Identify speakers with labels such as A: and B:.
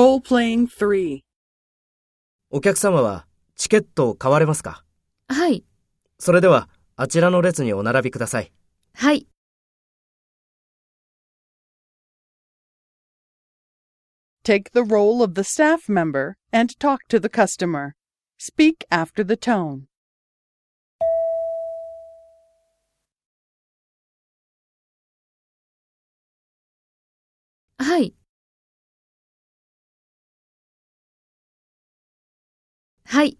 A: Role-playing 3.
B: お客様はチケットを買われますか
C: はい、
B: それではあちらの列にお並びください。
C: はい、
A: Take the role of the staff member and talk to the customer. Speak after the tone.
C: はい。はい。